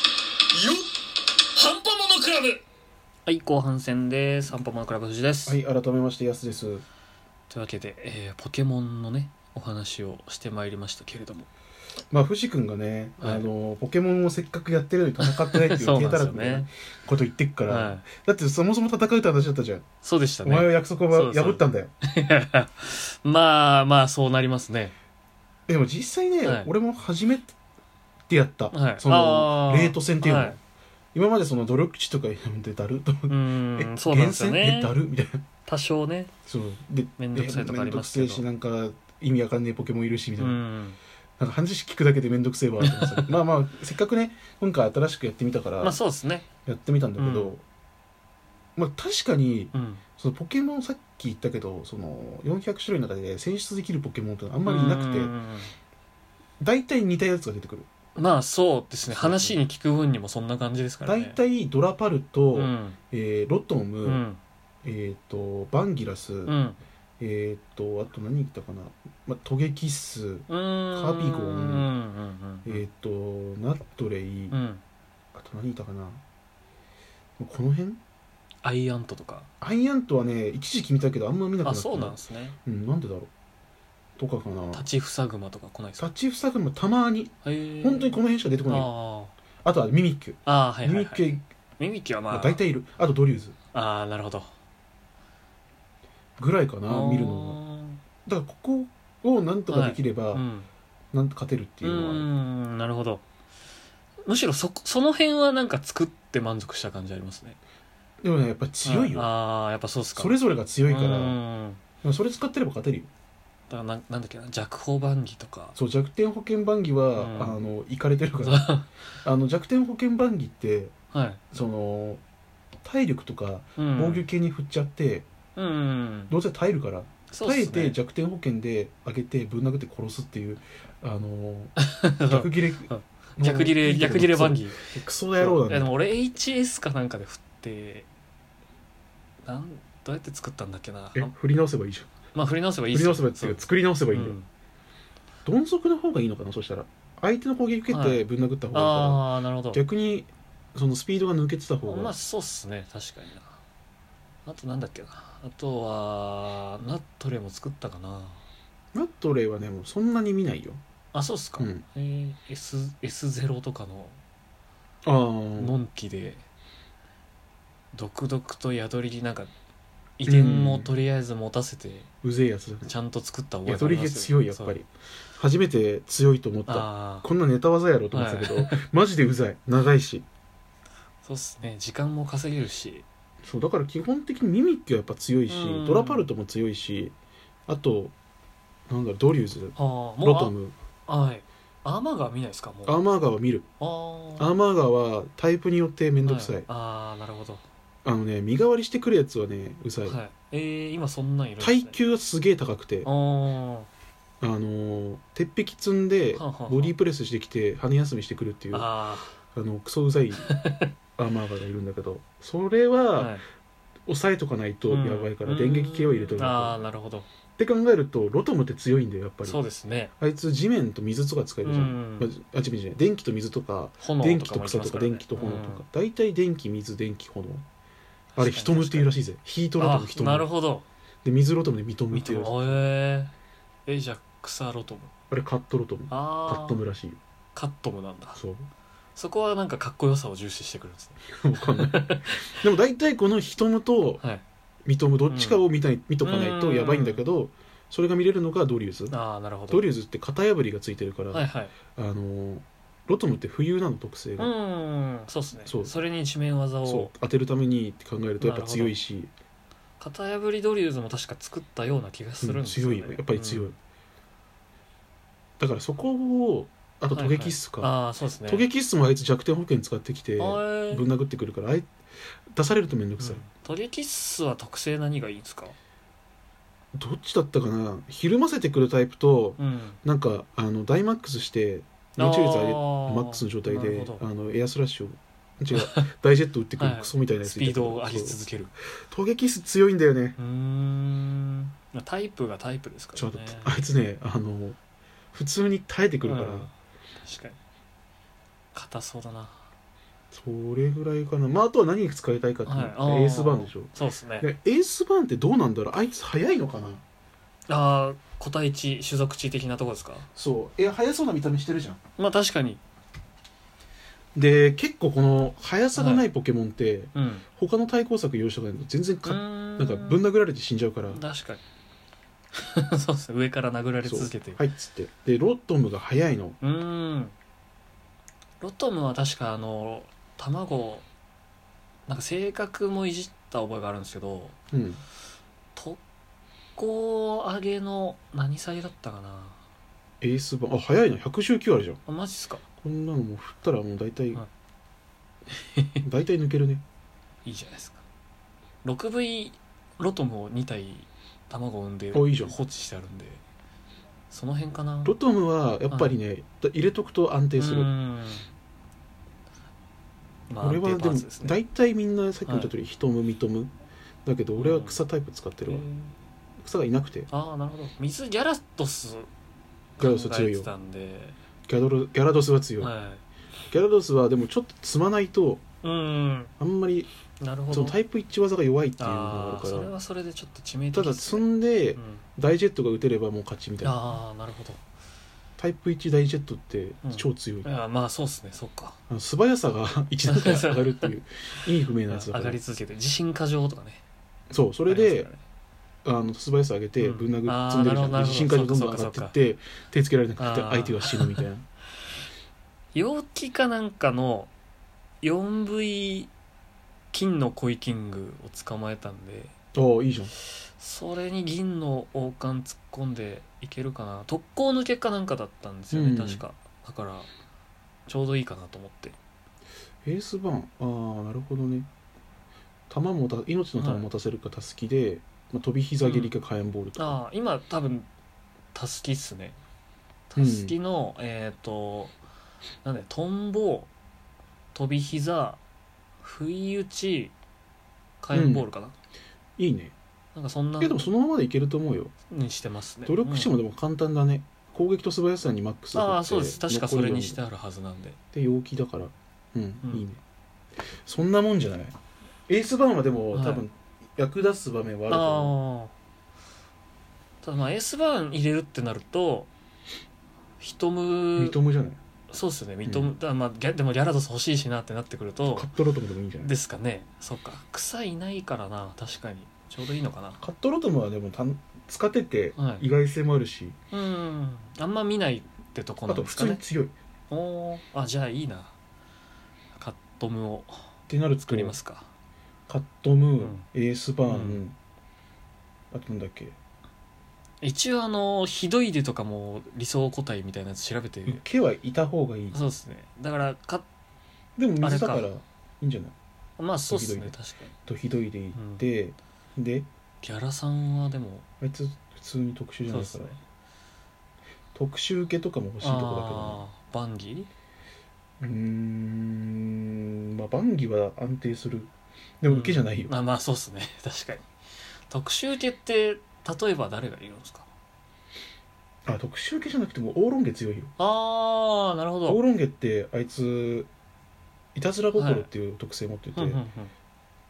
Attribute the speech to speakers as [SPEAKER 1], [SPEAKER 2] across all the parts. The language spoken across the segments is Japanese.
[SPEAKER 1] よ半端ものクラブ
[SPEAKER 2] はい、後半戦です。アンパンマンクラブ藤です。
[SPEAKER 3] はい、改めまして、やすです。
[SPEAKER 2] というわけで、えーポケモンのね、お話をしてまいりましたけれども。
[SPEAKER 3] まあ、藤君がね、
[SPEAKER 2] はい
[SPEAKER 3] あの、ポケモンをせっかくやってるのに戦ってないっていう
[SPEAKER 2] そうな
[SPEAKER 3] 手
[SPEAKER 2] んで
[SPEAKER 3] た
[SPEAKER 2] すよ
[SPEAKER 3] らく
[SPEAKER 2] ね
[SPEAKER 3] な。こと言ってくから、
[SPEAKER 2] は
[SPEAKER 3] だってそもそも戦うって話だったじゃん。
[SPEAKER 2] い。そうでした
[SPEAKER 3] お前は
[SPEAKER 2] ね。
[SPEAKER 3] 約束は破ったんだよ。
[SPEAKER 2] まあまあ、そうなりますね。
[SPEAKER 3] でも実際ね、
[SPEAKER 2] はい
[SPEAKER 3] 俺も初めてやった。
[SPEAKER 2] はい
[SPEAKER 3] そ
[SPEAKER 2] あ、
[SPEAKER 3] の
[SPEAKER 2] ー
[SPEAKER 3] レート戦っていうの。
[SPEAKER 2] はい
[SPEAKER 3] 今までその努力値とかやめてだると思っ
[SPEAKER 2] う
[SPEAKER 3] て。
[SPEAKER 2] ーん、そうなんですよ
[SPEAKER 3] 厳選
[SPEAKER 2] ね
[SPEAKER 3] え、だ。るみたいな。
[SPEAKER 2] 多少ね。
[SPEAKER 3] そう。で、
[SPEAKER 2] めんどくさいとかありますけ
[SPEAKER 3] め
[SPEAKER 2] ど
[SPEAKER 3] んどくせえし、なんか、意味わかんねえポケモンいるし、みた
[SPEAKER 2] う
[SPEAKER 3] いな。
[SPEAKER 2] ん。
[SPEAKER 3] なんか話聞くだけでめんどくせえわって思ってたまあまあ、せっかくね、今回新しくやってみたから。
[SPEAKER 2] まあそうですね。
[SPEAKER 3] やってみたんだけど、
[SPEAKER 2] う
[SPEAKER 3] まあ確かに
[SPEAKER 2] うん。
[SPEAKER 3] そのポケモンさっき言ったけどその400種類の中で選出できるポケモンってあんまりいなく
[SPEAKER 2] う
[SPEAKER 3] て
[SPEAKER 2] ん
[SPEAKER 3] 大体似たやつが出てくる
[SPEAKER 2] まあそうですね。
[SPEAKER 3] そうそう
[SPEAKER 2] 話に聞く分にもそんな感じですから
[SPEAKER 3] 大
[SPEAKER 2] ね。
[SPEAKER 3] 体ドラパルと、
[SPEAKER 2] うん。
[SPEAKER 3] えーロトム、
[SPEAKER 2] うん。
[SPEAKER 3] えっ、とバンギラス、
[SPEAKER 2] うん。
[SPEAKER 3] えっ、とあと何言ったかな、まあ、トゲキッス
[SPEAKER 2] うん。
[SPEAKER 3] カビゴン
[SPEAKER 2] うんうん
[SPEAKER 3] え
[SPEAKER 2] うん
[SPEAKER 3] っ、とナットレイ、
[SPEAKER 2] う
[SPEAKER 3] あ
[SPEAKER 2] ん。
[SPEAKER 3] と何言ったかなこの辺
[SPEAKER 2] アイアントとか。
[SPEAKER 3] アイアントはね一時期見たけどあんま見なく
[SPEAKER 2] あ、
[SPEAKER 3] な った
[SPEAKER 2] そうなんですね。
[SPEAKER 3] うん、なんでだろうとかかな
[SPEAKER 2] 立ちふさぐまとか来ないですか
[SPEAKER 3] サチフサ君もたまに
[SPEAKER 2] へー
[SPEAKER 3] 本当にこの辺しか出てこない、
[SPEAKER 2] あ
[SPEAKER 3] あとはミミッキュ、
[SPEAKER 2] あああはいはい、はい、
[SPEAKER 3] ミミッキュ
[SPEAKER 2] ミミッキュはまあ
[SPEAKER 3] が大体いるあとドリューズ
[SPEAKER 2] ああなるほど
[SPEAKER 3] ぐらいかな
[SPEAKER 2] ー
[SPEAKER 3] 見るのはだからここをなんとかできれば、
[SPEAKER 2] うん
[SPEAKER 3] なんと勝てるって
[SPEAKER 2] う
[SPEAKER 3] いうのはある
[SPEAKER 2] んなるほどむしろそこその辺はなんか作って満足した感じありますね
[SPEAKER 3] でもねやっぱ強いよ、
[SPEAKER 2] ああやっぱそうっすか
[SPEAKER 3] それぞれが強いから、
[SPEAKER 2] うん
[SPEAKER 3] でもそれ使ってれば勝てるよ
[SPEAKER 2] だからなんなんだっけな弱砲番儀とか
[SPEAKER 3] そう弱点保険番儀は、
[SPEAKER 2] うん
[SPEAKER 3] あのいかれてるか
[SPEAKER 2] そ
[SPEAKER 3] ら
[SPEAKER 2] う
[SPEAKER 3] あの弱点保険番儀って
[SPEAKER 2] はい、
[SPEAKER 3] その体力とか
[SPEAKER 2] うん、
[SPEAKER 3] 防御系に振っちゃって、
[SPEAKER 2] うん
[SPEAKER 3] どうせ耐えるから
[SPEAKER 2] そうっ
[SPEAKER 3] 耐え
[SPEAKER 2] すね
[SPEAKER 3] て弱点保険で上げてぶん殴って殺すっていうあの逆ギレ
[SPEAKER 2] 逆ギレ逆ギレ番儀
[SPEAKER 3] クソ野
[SPEAKER 2] い
[SPEAKER 3] 郎
[SPEAKER 2] や
[SPEAKER 3] だ
[SPEAKER 2] で
[SPEAKER 3] ね
[SPEAKER 2] も俺 HS かなんかで振ってなんどうやって作ったんだっけな
[SPEAKER 3] え振り直せばいいじゃん
[SPEAKER 2] まあ振り直せばいい
[SPEAKER 3] 振り直せばいいっていう
[SPEAKER 2] う
[SPEAKER 3] か作り直せばいいんだよ
[SPEAKER 2] ん
[SPEAKER 3] 鈍足の方がいいのかなそしたら相手の攻撃受け
[SPEAKER 2] はい
[SPEAKER 3] てぶん殴った方がいいか
[SPEAKER 2] ああなるほど
[SPEAKER 3] ら逆にそのスピードが抜けてた方
[SPEAKER 2] まあ
[SPEAKER 3] が
[SPEAKER 2] そうっすね確かになあとなんだっけなあとはナットレも作ったかな
[SPEAKER 3] ナットレイはねもうそんなに見ないよ
[SPEAKER 2] あそうっすか、
[SPEAKER 3] うん
[SPEAKER 2] えー S S0 とかの
[SPEAKER 3] あ
[SPEAKER 2] の
[SPEAKER 3] あ
[SPEAKER 2] んきで独特と宿りになんか遺伝をとりあえず持たせて
[SPEAKER 3] うぜえやつだね
[SPEAKER 2] ちゃんと作った
[SPEAKER 3] い
[SPEAKER 2] 覚え
[SPEAKER 3] や取り
[SPEAKER 2] があ
[SPEAKER 3] 毛
[SPEAKER 2] ります
[SPEAKER 3] 強いやっぱり初めて強いと思った
[SPEAKER 2] ああ
[SPEAKER 3] こんなネタ技やろと思ってたけどマジでうざい長いし
[SPEAKER 2] そうっすね時間も稼げるし
[SPEAKER 3] そうだから基本的にミミッキュはやっぱ強いし
[SPEAKER 2] うん
[SPEAKER 3] ドラパルトも強いしあとなんだろうドリューズ
[SPEAKER 2] ああもう
[SPEAKER 3] ロトム
[SPEAKER 2] あはいアーマーガー見ないですかもう
[SPEAKER 3] アーマーガーは見る
[SPEAKER 2] ああ
[SPEAKER 3] アーマーガーはタイプによってめんどくさい、
[SPEAKER 2] はああなるほど、
[SPEAKER 3] あのね身代わりしてくるやつはねうざい、
[SPEAKER 2] はいえー、今そんなんいるんですね
[SPEAKER 3] 耐久がすげえ高くて
[SPEAKER 2] あー
[SPEAKER 3] あのー鉄壁積んで
[SPEAKER 2] はあはあはあ
[SPEAKER 3] ボディープレスしてきて羽休みしてくるっていうあ
[SPEAKER 2] あ
[SPEAKER 3] のクソ うざいアーマーガーがいるんだけどそれ
[SPEAKER 2] あ、
[SPEAKER 3] は
[SPEAKER 2] はい、
[SPEAKER 3] 抑えとかないとやばいから、
[SPEAKER 2] うん
[SPEAKER 3] 電撃系を入れとる
[SPEAKER 2] ああ
[SPEAKER 3] っ
[SPEAKER 2] なるほど
[SPEAKER 3] て考えるとロトムって強いんだよやっぱり
[SPEAKER 2] そうですね
[SPEAKER 3] あいつ地面と水とか使えるじゃん、
[SPEAKER 2] うん
[SPEAKER 3] まあ、あ地面じゃない電気と水とか
[SPEAKER 2] 炎
[SPEAKER 3] 電
[SPEAKER 2] と
[SPEAKER 3] 気
[SPEAKER 2] か
[SPEAKER 3] と
[SPEAKER 2] もい
[SPEAKER 3] 草
[SPEAKER 2] きま
[SPEAKER 3] と
[SPEAKER 2] す
[SPEAKER 3] から
[SPEAKER 2] ね
[SPEAKER 3] 電気と炎と
[SPEAKER 2] う
[SPEAKER 3] か
[SPEAKER 2] ん
[SPEAKER 3] 大体電気水電気炎あれ
[SPEAKER 2] 確かに
[SPEAKER 3] 人ムっていうらしいぜヒートロトム
[SPEAKER 2] あ
[SPEAKER 3] 人
[SPEAKER 2] なる
[SPEAKER 3] ム
[SPEAKER 2] ほど
[SPEAKER 3] で水ロトムで認ム
[SPEAKER 2] 見
[SPEAKER 3] って
[SPEAKER 2] て
[SPEAKER 3] い
[SPEAKER 2] る
[SPEAKER 3] うらしい
[SPEAKER 2] えー、えじゃあ草ロトム
[SPEAKER 3] あれカットロトムカ
[SPEAKER 2] ああ
[SPEAKER 3] ットムらしいよ
[SPEAKER 2] カットムなんだ
[SPEAKER 3] そう
[SPEAKER 2] そこはなんかかっこよさを重視してくるんですね
[SPEAKER 3] 分かんないでも大体この人ムと
[SPEAKER 2] はい
[SPEAKER 3] 認ムどっちかを見たい、見とかないとやばいんだけどそれが見れるのがドリューズ
[SPEAKER 2] ああなるほど
[SPEAKER 3] ドリューズって型破りがついてるから、
[SPEAKER 2] はいはい
[SPEAKER 3] あのーロトムって浮遊なの特性
[SPEAKER 2] う
[SPEAKER 3] が、
[SPEAKER 2] んそうですね
[SPEAKER 3] そ
[SPEAKER 2] そうれに地面技
[SPEAKER 3] そう
[SPEAKER 2] を
[SPEAKER 3] 当てるためにって考えるとやっぱ強いし
[SPEAKER 2] 型破りドリューズも確か作ったような気がするんですよ、ね
[SPEAKER 3] 強いよやっぱり強い、
[SPEAKER 2] うん
[SPEAKER 3] だからそこをあとトゲキッスか、
[SPEAKER 2] ああそうですね
[SPEAKER 3] トゲキッスもあいつ弱点保険使ってきて
[SPEAKER 2] あ
[SPEAKER 3] ぶ
[SPEAKER 2] ー
[SPEAKER 3] ん殴ってくるからあい出されるとめんどくさい、
[SPEAKER 2] うんトゲキッスは特性何がいいんですか
[SPEAKER 3] どっちだったかなひるませてくるタイプと
[SPEAKER 2] うん
[SPEAKER 3] なんかあのダイマックスして命中率上げ
[SPEAKER 2] あー
[SPEAKER 3] マックスの状態
[SPEAKER 2] なる
[SPEAKER 3] で
[SPEAKER 2] ほど
[SPEAKER 3] あのエアスラッシュを違う ダイジェット打ってくるクソみたいなやつ
[SPEAKER 2] ス
[SPEAKER 3] い
[SPEAKER 2] ピ
[SPEAKER 3] た
[SPEAKER 2] ー
[SPEAKER 3] け
[SPEAKER 2] ドを
[SPEAKER 3] ど
[SPEAKER 2] 上げ
[SPEAKER 3] そう
[SPEAKER 2] 続ける
[SPEAKER 3] トゲキッス強いんだよね
[SPEAKER 2] うーんタイプがタイプですか
[SPEAKER 3] ちょ
[SPEAKER 2] ら
[SPEAKER 3] っと
[SPEAKER 2] ね
[SPEAKER 3] あいつねあの普通に耐えてくるから、
[SPEAKER 2] うん確かに硬そうだな
[SPEAKER 3] それぐらいかなまああとは何に使いたいかっていうと
[SPEAKER 2] はいあー
[SPEAKER 3] エースバーンでしょ
[SPEAKER 2] そうですね
[SPEAKER 3] でエースバーンってどうなんだろうあいつ速いのかな
[SPEAKER 2] ああ個体値種族値的なとこですか
[SPEAKER 3] そうえ速そうな見た目してるじゃん
[SPEAKER 2] まあ確かに
[SPEAKER 3] で結構この速さがないポケモンって、
[SPEAKER 2] うん
[SPEAKER 3] 他の対抗策用意しておかないと全然
[SPEAKER 2] う
[SPEAKER 3] か、
[SPEAKER 2] ーん
[SPEAKER 3] なんかぶん殴られて死んじゃうから
[SPEAKER 2] 確かに そうですね上から殴られ
[SPEAKER 3] そう
[SPEAKER 2] 続けてる
[SPEAKER 3] はいっつってでロットムが速いの
[SPEAKER 2] うーんロトムは確かあの卵をなんか性格もいじった覚えがあるんですけど
[SPEAKER 3] うん
[SPEAKER 2] 特攻上げの何祭だったかな
[SPEAKER 3] エースバーンあ速いの119あるじゃん
[SPEAKER 2] あマジっすか
[SPEAKER 3] こんなのもう振ったらもう大体、
[SPEAKER 2] は
[SPEAKER 3] 大体抜けるね
[SPEAKER 2] いいじゃないですか 6V ロトムを2体卵を産んで
[SPEAKER 3] おいいじゃん
[SPEAKER 2] 放置してあるんでその辺かな
[SPEAKER 3] ロトムはやっぱりね、だ入れとくと安定す
[SPEAKER 2] うー
[SPEAKER 3] る
[SPEAKER 2] んまあ
[SPEAKER 3] 俺は
[SPEAKER 2] 安定
[SPEAKER 3] で
[SPEAKER 2] パー
[SPEAKER 3] も
[SPEAKER 2] ツですね
[SPEAKER 3] 大体みんなさっきも言った通り人むみとむだけど俺は草タイプ使ってるわ、草がいなくて
[SPEAKER 2] ああなるほど水ギャラドス
[SPEAKER 3] ギャラドス
[SPEAKER 2] 考
[SPEAKER 3] 強
[SPEAKER 2] え
[SPEAKER 3] い
[SPEAKER 2] て
[SPEAKER 3] よ
[SPEAKER 2] たんで
[SPEAKER 3] ギャドロギャラドスは強い、
[SPEAKER 2] は
[SPEAKER 3] ギャラドスはでもちょっと積まないと
[SPEAKER 2] いうん
[SPEAKER 3] あんまり
[SPEAKER 2] なるほ
[SPEAKER 3] そ
[SPEAKER 2] ど
[SPEAKER 3] のタイプ1技が弱いっていうのが
[SPEAKER 2] あ
[SPEAKER 3] あ
[SPEAKER 2] あ
[SPEAKER 3] る
[SPEAKER 2] そ
[SPEAKER 3] か
[SPEAKER 2] れ
[SPEAKER 3] ら
[SPEAKER 2] はそれでちょっと致命的
[SPEAKER 3] ただ
[SPEAKER 2] です
[SPEAKER 3] 積
[SPEAKER 2] ね
[SPEAKER 3] んで
[SPEAKER 2] うん
[SPEAKER 3] ダイジェットが打てればもう勝ちみたいな
[SPEAKER 2] ああなるほど
[SPEAKER 3] タイプ1ダイジェットって超強い、
[SPEAKER 2] いやまあそうですねそっか
[SPEAKER 3] あの素早さが1段階上がるっていう意味不明なやつだ
[SPEAKER 2] 上
[SPEAKER 3] か
[SPEAKER 2] が
[SPEAKER 3] り
[SPEAKER 2] り続けて地震過剰とかね
[SPEAKER 3] そうそれ
[SPEAKER 2] あり
[SPEAKER 3] で
[SPEAKER 2] ますからね
[SPEAKER 3] あの素早さ上げて
[SPEAKER 2] うん
[SPEAKER 3] ぶん殴
[SPEAKER 2] あー
[SPEAKER 3] っ積んでるじゃん
[SPEAKER 2] なるほどなるほど
[SPEAKER 3] で進化量どんどん上がっていって手つけられなくて
[SPEAKER 2] あー
[SPEAKER 3] 相手が死ぬみたいな
[SPEAKER 2] 陽気かなんかの 4V 金の恋キングを捕まえたんで
[SPEAKER 3] おおいいじゃん
[SPEAKER 2] それに銀の王冠突っ込んでいけるかな特攻の結果なんかだったんですよね、
[SPEAKER 3] うん
[SPEAKER 2] 確かだからちょうどいいかなと思って
[SPEAKER 3] エースバーンああなるほどね弾もた命の弾持たせるかたすきで、まあ、飛び膝蹴りか火炎ボールとか、
[SPEAKER 2] ああ今多分たすきっすね
[SPEAKER 3] うん
[SPEAKER 2] たすきの、えっ、となんだよトンボ飛び膝不意打ち火炎ボールかな、
[SPEAKER 3] いいね
[SPEAKER 2] なんかそんない
[SPEAKER 3] やでもそのままでいけると思うよ
[SPEAKER 2] にしてますね
[SPEAKER 3] 努力してもでも簡単だね、攻撃と素早さにマックス
[SPEAKER 2] うんああそうです確かそれにしててあるはずなんで
[SPEAKER 3] で陽気だからうん、
[SPEAKER 2] うん
[SPEAKER 3] いいねそんなもんじゃないエースバーンはでも、
[SPEAKER 2] はい
[SPEAKER 3] 多分役立つ場面はあると思う
[SPEAKER 2] ああただまあエースバーン入れるってなるとヒトム
[SPEAKER 3] 認めじゃない
[SPEAKER 2] そうっすよねミトム、だからまあギャでもギャラドス欲しいしなってなってくると
[SPEAKER 3] カットロトムでもいいんじゃない
[SPEAKER 2] ですかねそっか草いないからな確かにちょうどいいのかな
[SPEAKER 3] カットロトムはでもたん使ってて
[SPEAKER 2] はい
[SPEAKER 3] 意外性もあるし、
[SPEAKER 2] うんあんま見ないってとこな
[SPEAKER 3] あ
[SPEAKER 2] ん
[SPEAKER 3] と
[SPEAKER 2] です
[SPEAKER 3] 普
[SPEAKER 2] か
[SPEAKER 3] 通に
[SPEAKER 2] ね
[SPEAKER 3] 強いっ
[SPEAKER 2] おーあじゃあいいなカットムを
[SPEAKER 3] てなる
[SPEAKER 2] 作
[SPEAKER 3] 作
[SPEAKER 2] り
[SPEAKER 3] り
[SPEAKER 2] ま
[SPEAKER 3] ます
[SPEAKER 2] すか
[SPEAKER 3] カットムー、
[SPEAKER 2] うん
[SPEAKER 3] エースバーン、
[SPEAKER 2] うん
[SPEAKER 3] あとなんだっけ
[SPEAKER 2] 一応あのひどいでとかも理想個体みたいなやつ調べて、
[SPEAKER 3] 受けはいた方がいい
[SPEAKER 2] そうですねだからか
[SPEAKER 3] でも水だか
[SPEAKER 2] あ
[SPEAKER 3] ら
[SPEAKER 2] れ
[SPEAKER 3] いいんじゃない
[SPEAKER 2] まあそうですね
[SPEAKER 3] ひどい
[SPEAKER 2] 確
[SPEAKER 3] で
[SPEAKER 2] かに
[SPEAKER 3] とひどいでいって、で
[SPEAKER 2] ギャラさんはでも
[SPEAKER 3] あいつ普通に特殊じゃ
[SPEAKER 2] そう
[SPEAKER 3] な
[SPEAKER 2] で
[SPEAKER 3] い
[SPEAKER 2] す
[SPEAKER 3] か
[SPEAKER 2] ね
[SPEAKER 3] ら、特殊受けとかも欲しいとこだけどね
[SPEAKER 2] あーバンギ
[SPEAKER 3] うーんまあ番技は安定するでも受けじゃないよ、
[SPEAKER 2] あまあそうですね 確かに特集受けって例えば誰がいるんですか
[SPEAKER 3] あ特殊受けじゃなくてもオーロンゲ強いよ
[SPEAKER 2] ああなるほど
[SPEAKER 3] オーロンゲってあいついたずら心っていう特性持ってて、
[SPEAKER 2] うんうんうん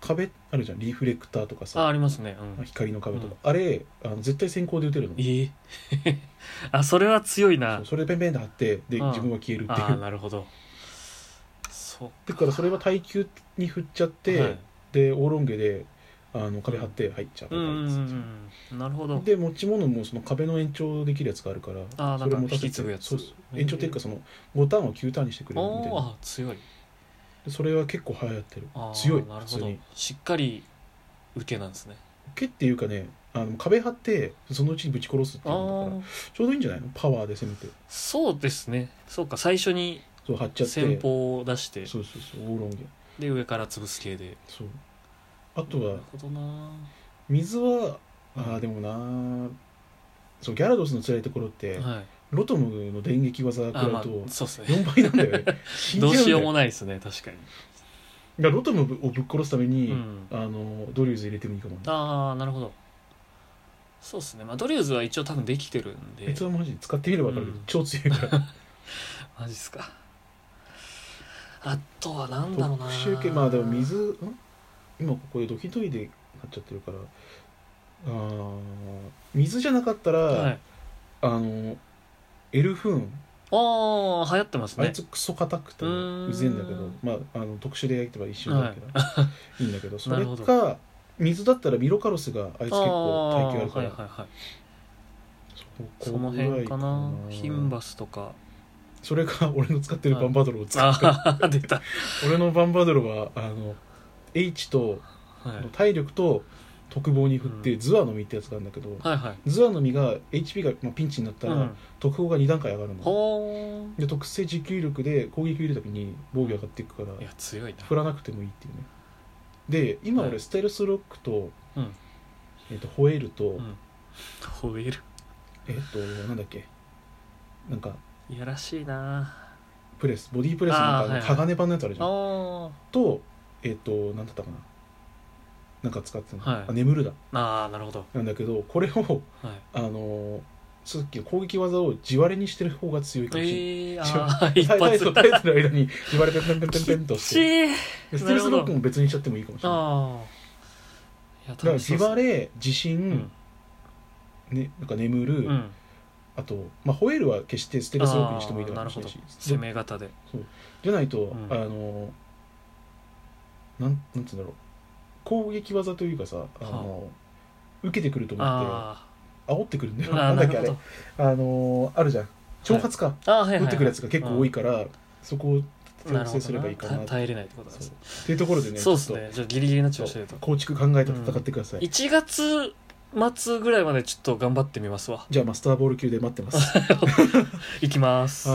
[SPEAKER 3] 壁あるじゃんリフレクターとか
[SPEAKER 2] あ
[SPEAKER 3] さ
[SPEAKER 2] ありますね、うん、
[SPEAKER 3] 光の壁とか、あれあの絶対先行で打てるの
[SPEAKER 2] ええ あそれは強い
[SPEAKER 3] そ
[SPEAKER 2] な
[SPEAKER 3] うそれでペンペンって貼ってで
[SPEAKER 2] うん
[SPEAKER 3] 自分は消えるって
[SPEAKER 2] あ
[SPEAKER 3] い
[SPEAKER 2] あ
[SPEAKER 3] う
[SPEAKER 2] なるほどそう
[SPEAKER 3] だからそれは耐久に振っちゃって、
[SPEAKER 2] はい
[SPEAKER 3] でオーロンゲであの壁張って入っちゃう、
[SPEAKER 2] うんうんうんなるほど
[SPEAKER 3] で持ち物もその壁の延長できるやつがあるから
[SPEAKER 2] あー
[SPEAKER 3] それ
[SPEAKER 2] なんか
[SPEAKER 3] 持たせて
[SPEAKER 2] 引き継ぐやつ
[SPEAKER 3] そうそう延長っていうかその5ターンを9ターンにしてくれるみたい
[SPEAKER 2] おお
[SPEAKER 3] な
[SPEAKER 2] ー強い
[SPEAKER 3] でそれは結構流行ってる
[SPEAKER 2] あー
[SPEAKER 3] 強い
[SPEAKER 2] なる
[SPEAKER 3] 普
[SPEAKER 2] ほ
[SPEAKER 3] 通
[SPEAKER 2] ど
[SPEAKER 3] に
[SPEAKER 2] しっかり受けなんですね
[SPEAKER 3] 受けっていうかねあの壁張ってそのうちにぶち殺すって
[SPEAKER 2] あ
[SPEAKER 3] い
[SPEAKER 2] あ
[SPEAKER 3] うのだから
[SPEAKER 2] ー
[SPEAKER 3] ちょうどいいんじゃないのパワーで攻めて
[SPEAKER 2] そうですねそうか最初に
[SPEAKER 3] そう張っちゃって
[SPEAKER 2] 先方を出して
[SPEAKER 3] そうそうそうオーロンゲ
[SPEAKER 2] で上から潰す系で
[SPEAKER 3] そうあと
[SPEAKER 2] な
[SPEAKER 3] は
[SPEAKER 2] るほどな
[SPEAKER 3] 水はああでもなそうギャラドスの辛いところって、
[SPEAKER 2] はい
[SPEAKER 3] ロトムの電撃技食
[SPEAKER 2] あ
[SPEAKER 3] ら
[SPEAKER 2] まあ
[SPEAKER 3] うと
[SPEAKER 2] そうですね
[SPEAKER 3] 4倍なんだ よね死んじ
[SPEAKER 2] ど
[SPEAKER 3] ゃ
[SPEAKER 2] うしようも
[SPEAKER 3] だよ
[SPEAKER 2] ないですね確かに、
[SPEAKER 3] だからロトムをぶっ殺すために、
[SPEAKER 2] うん、
[SPEAKER 3] あのドリューズ入れてもいいかもね
[SPEAKER 2] ああなるほどそうですねまあドリューズは一応多分できてるん
[SPEAKER 3] あい
[SPEAKER 2] で
[SPEAKER 3] つはマジで使ってみれば分かるけど、
[SPEAKER 2] うん
[SPEAKER 3] 超強いから
[SPEAKER 2] マジっすかあとはなんだろうな
[SPEAKER 3] 特集系まあでも水ん今ここでドキドキでなっちゃってるからあー水じゃなかったら、
[SPEAKER 2] はい
[SPEAKER 3] あのエルフーン
[SPEAKER 2] ああ流行ってます
[SPEAKER 3] あい
[SPEAKER 2] ね
[SPEAKER 3] つクソ硬くて
[SPEAKER 2] うーん
[SPEAKER 3] うぜえんだけどまああの特殊で焼けば一瞬だけど、 い、いんだけどそ
[SPEAKER 2] な
[SPEAKER 3] れ
[SPEAKER 2] るほど
[SPEAKER 3] か水だったらミロカロスがあいつ結
[SPEAKER 2] あ
[SPEAKER 3] 構
[SPEAKER 2] あ
[SPEAKER 3] 耐久あるから、
[SPEAKER 2] はいはいはい
[SPEAKER 3] こ
[SPEAKER 2] その辺かなヒン
[SPEAKER 3] バ
[SPEAKER 2] バスとか
[SPEAKER 3] それか俺の使ってるバンバド ロを使う、
[SPEAKER 2] ああ出た、は
[SPEAKER 3] 俺のバンバドロはあの H と
[SPEAKER 2] い、
[SPEAKER 3] 体力と特防に振って、
[SPEAKER 2] う
[SPEAKER 3] ズアの実ってやつがあるんだけど、
[SPEAKER 2] はいはい
[SPEAKER 3] ズアの実が HP が、まあ、ピンチになったら、
[SPEAKER 2] うん
[SPEAKER 3] 特攻が2段階上がるの
[SPEAKER 2] ほ
[SPEAKER 3] で特性持久力で攻撃を入れるたびに防御上がっていくから
[SPEAKER 2] ーいや強いな
[SPEAKER 3] 振らなくてもいいっていうねで今
[SPEAKER 2] は
[SPEAKER 3] 俺
[SPEAKER 2] い
[SPEAKER 3] ステルスロックと,、
[SPEAKER 2] うん
[SPEAKER 3] えっとホエールと、
[SPEAKER 2] うん吠える
[SPEAKER 3] えっ、となんだっけなんか
[SPEAKER 2] いやらしいな
[SPEAKER 3] プレスボディープレスなんかあ
[SPEAKER 2] あー
[SPEAKER 3] の
[SPEAKER 2] はいはい
[SPEAKER 3] 鋼版のやつあるじゃん、
[SPEAKER 2] あ
[SPEAKER 3] とえっ、となんだったかななんか使ってたの、
[SPEAKER 2] はい
[SPEAKER 3] あ眠るだ
[SPEAKER 2] あああなるほど
[SPEAKER 3] なんだけどこれを
[SPEAKER 2] はい
[SPEAKER 3] あのーさっきの攻撃技を地割れにしてる方が強いかもしれない、
[SPEAKER 2] ええー、
[SPEAKER 3] 一応
[SPEAKER 2] ああ 一
[SPEAKER 3] 耐え
[SPEAKER 2] 発
[SPEAKER 3] て耐えてる間に地割れペンペンペンペンペンと
[SPEAKER 2] き
[SPEAKER 3] し
[SPEAKER 2] ち
[SPEAKER 3] て
[SPEAKER 2] い
[SPEAKER 3] でステルスロックも別にしちゃってもいいかもしれない
[SPEAKER 2] ああいや
[SPEAKER 3] だから
[SPEAKER 2] 楽し
[SPEAKER 3] 地
[SPEAKER 2] そう
[SPEAKER 3] 割れ地震、
[SPEAKER 2] うん
[SPEAKER 3] ね、なんか眠る、
[SPEAKER 2] うん
[SPEAKER 3] あと、まあ、ホエールは決してステルスロックにしてもいいかもしれない
[SPEAKER 2] あーな
[SPEAKER 3] し
[SPEAKER 2] るほど
[SPEAKER 3] そう
[SPEAKER 2] 攻め型で
[SPEAKER 3] じゃないと、
[SPEAKER 2] ん
[SPEAKER 3] あのなんなんつうんだろう攻撃技というかさあの、受けてくると思っ
[SPEAKER 2] あ
[SPEAKER 3] て煽ってくるんだ
[SPEAKER 2] ー
[SPEAKER 3] よ
[SPEAKER 2] あ
[SPEAKER 3] な
[SPEAKER 2] ー
[SPEAKER 3] ん
[SPEAKER 2] な
[SPEAKER 3] だっ
[SPEAKER 2] る
[SPEAKER 3] けあ
[SPEAKER 2] ほ
[SPEAKER 3] れ
[SPEAKER 2] ど
[SPEAKER 3] あのあるじゃん挑発か、
[SPEAKER 2] ああはいはいはい
[SPEAKER 3] 打ってくるやつが結構多いから、そこを
[SPEAKER 2] な
[SPEAKER 3] 調
[SPEAKER 2] るほ
[SPEAKER 3] 整すれ
[SPEAKER 2] ど
[SPEAKER 3] ば
[SPEAKER 2] ない
[SPEAKER 3] いかな
[SPEAKER 2] た耐えれないってことなんですね
[SPEAKER 3] っていうところでね
[SPEAKER 2] そうです
[SPEAKER 3] ちょっと
[SPEAKER 2] ねじゃあギリギリの調子でと
[SPEAKER 3] 構築考えて戦ってください、
[SPEAKER 2] 1月末ぐらいまでちょっと頑張ってみますわ
[SPEAKER 3] じゃあマスターボール級で待ってます
[SPEAKER 2] いきます